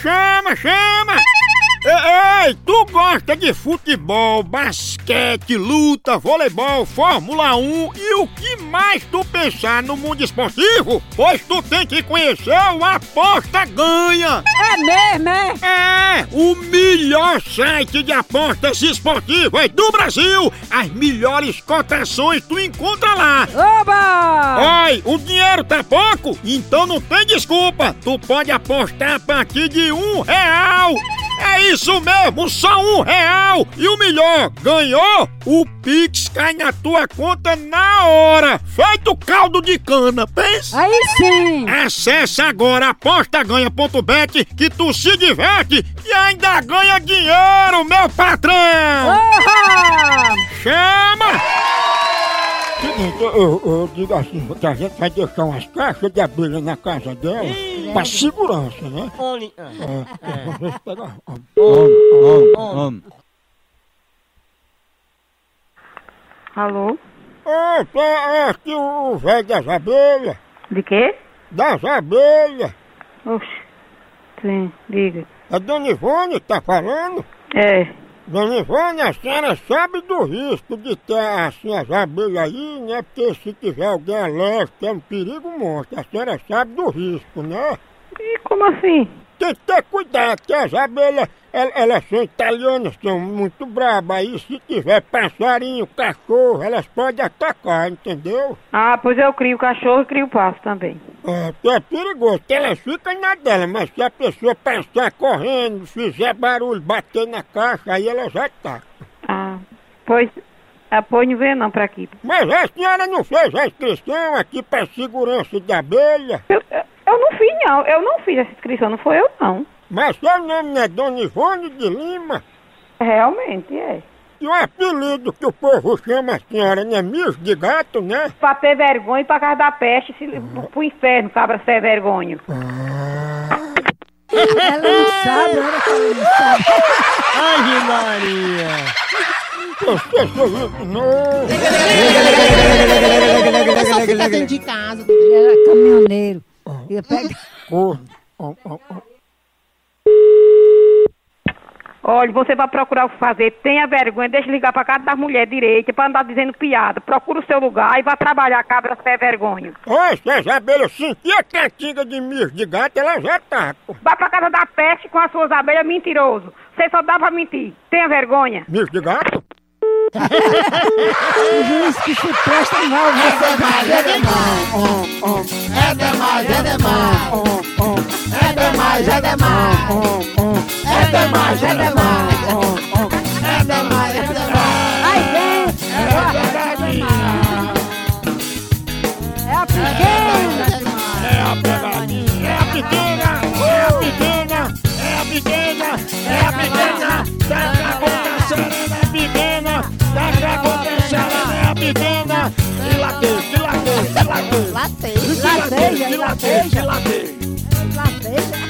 chama, chama! Ei, ei, tu gosta de futebol, basquete, luta, voleibol, Fórmula 1 e o que mais tu pensar no mundo esportivo? Pois tu tem que conhecer o Aposta Ganha! É mesmo, é? É, o melhor site de apostas esportivas do Brasil! As melhores cotações tu encontra lá! Oba! Ai, o dinheiro tá pouco? Então não tem desculpa! Tu pode apostar a partir de um real! É isso mesmo, só um real! E o melhor, ganhou? O Pix cai na tua conta na hora! Feito caldo de cana, pensa! Aí sim! Acesse agora apostaganha.bet que tu se diverte e ainda ganha dinheiro, meu patrão! Oba! Chama! Seguinte, eu, eu digo assim, que a gente vai deixar umas caixas de abelha na casa dela pra segurança, né? Only. É, deixa eu pegar. Alô? Ô, tá, é aqui o velho das abelhas, De quê? das abelhas. Oxe. Sim, diga. A Dona Ivone tá falando? É. Dona Ivone, a senhora sabe do risco de ter assim, as abelhas aí, né? Porque se tiver alguém alérgico, é um perigo monstro. A senhora sabe do risco, né? E como assim? Tem que ter cuidado, que as abelhas, el- elas são italianas, são muito brabas. Aí se tiver passarinho, cachorro, elas podem atacar, entendeu? Ah, pois eu crio cachorro e crio passo também. É, porque é perigoso, que elas ficam na dela, mas se a pessoa passar correndo, fizer barulho, bater na caixa, aí elas atacam. Ah, pois... Ah, pois não vem não pra aqui. Mas a senhora não fez a inscrição aqui para segurança de abelha? Eu, eu não fiz não, eu não fiz essa inscrição, não foi eu não. Mas seu nome não é Dona Ivone de Lima? Realmente, é. E o apelido que o povo chama a senhora, né? Mijo de gato, né? Pra ter vergonha e pra casa da peste, se, li- pro inferno, cabra sem vergonha. Ela não sabe, né? olha que ela não sabe. Ai, Maria! Eu sou sorriso novo. Eu só fica dentro de casa. Ele era caminhoneiro. Ia pegar. Ô, ô, ô, ô. Olha, você vai procurar o que fazer, tenha vergonha, deixa ligar pra casa das mulheres direita, pra andar dizendo piada. Procura o seu lugar e vá trabalhar, cabra sem vergonha. Ó, se as abelhas sentir a cantiga de mijo de gato, tá, elas atacam. Vá pra casa da peste com as suas abelhas, mentiroso. Você só dá pra mentir. Tenha vergonha. Mijo de gato? O juiz que se presta mal, né? É demais, é demais. É demais, é demais. É demais, é demais. É demais, é demais. É demais, é demais. Aí vem! É a pequena! É a pegadinha, é a pequena, é a pequena, é a pequena, é a pequena, da dragona serena é pequena, da dragona serena é a pequena, filatei, filatei, filatei, Latei. filatei, filatei, filatei. Lateja!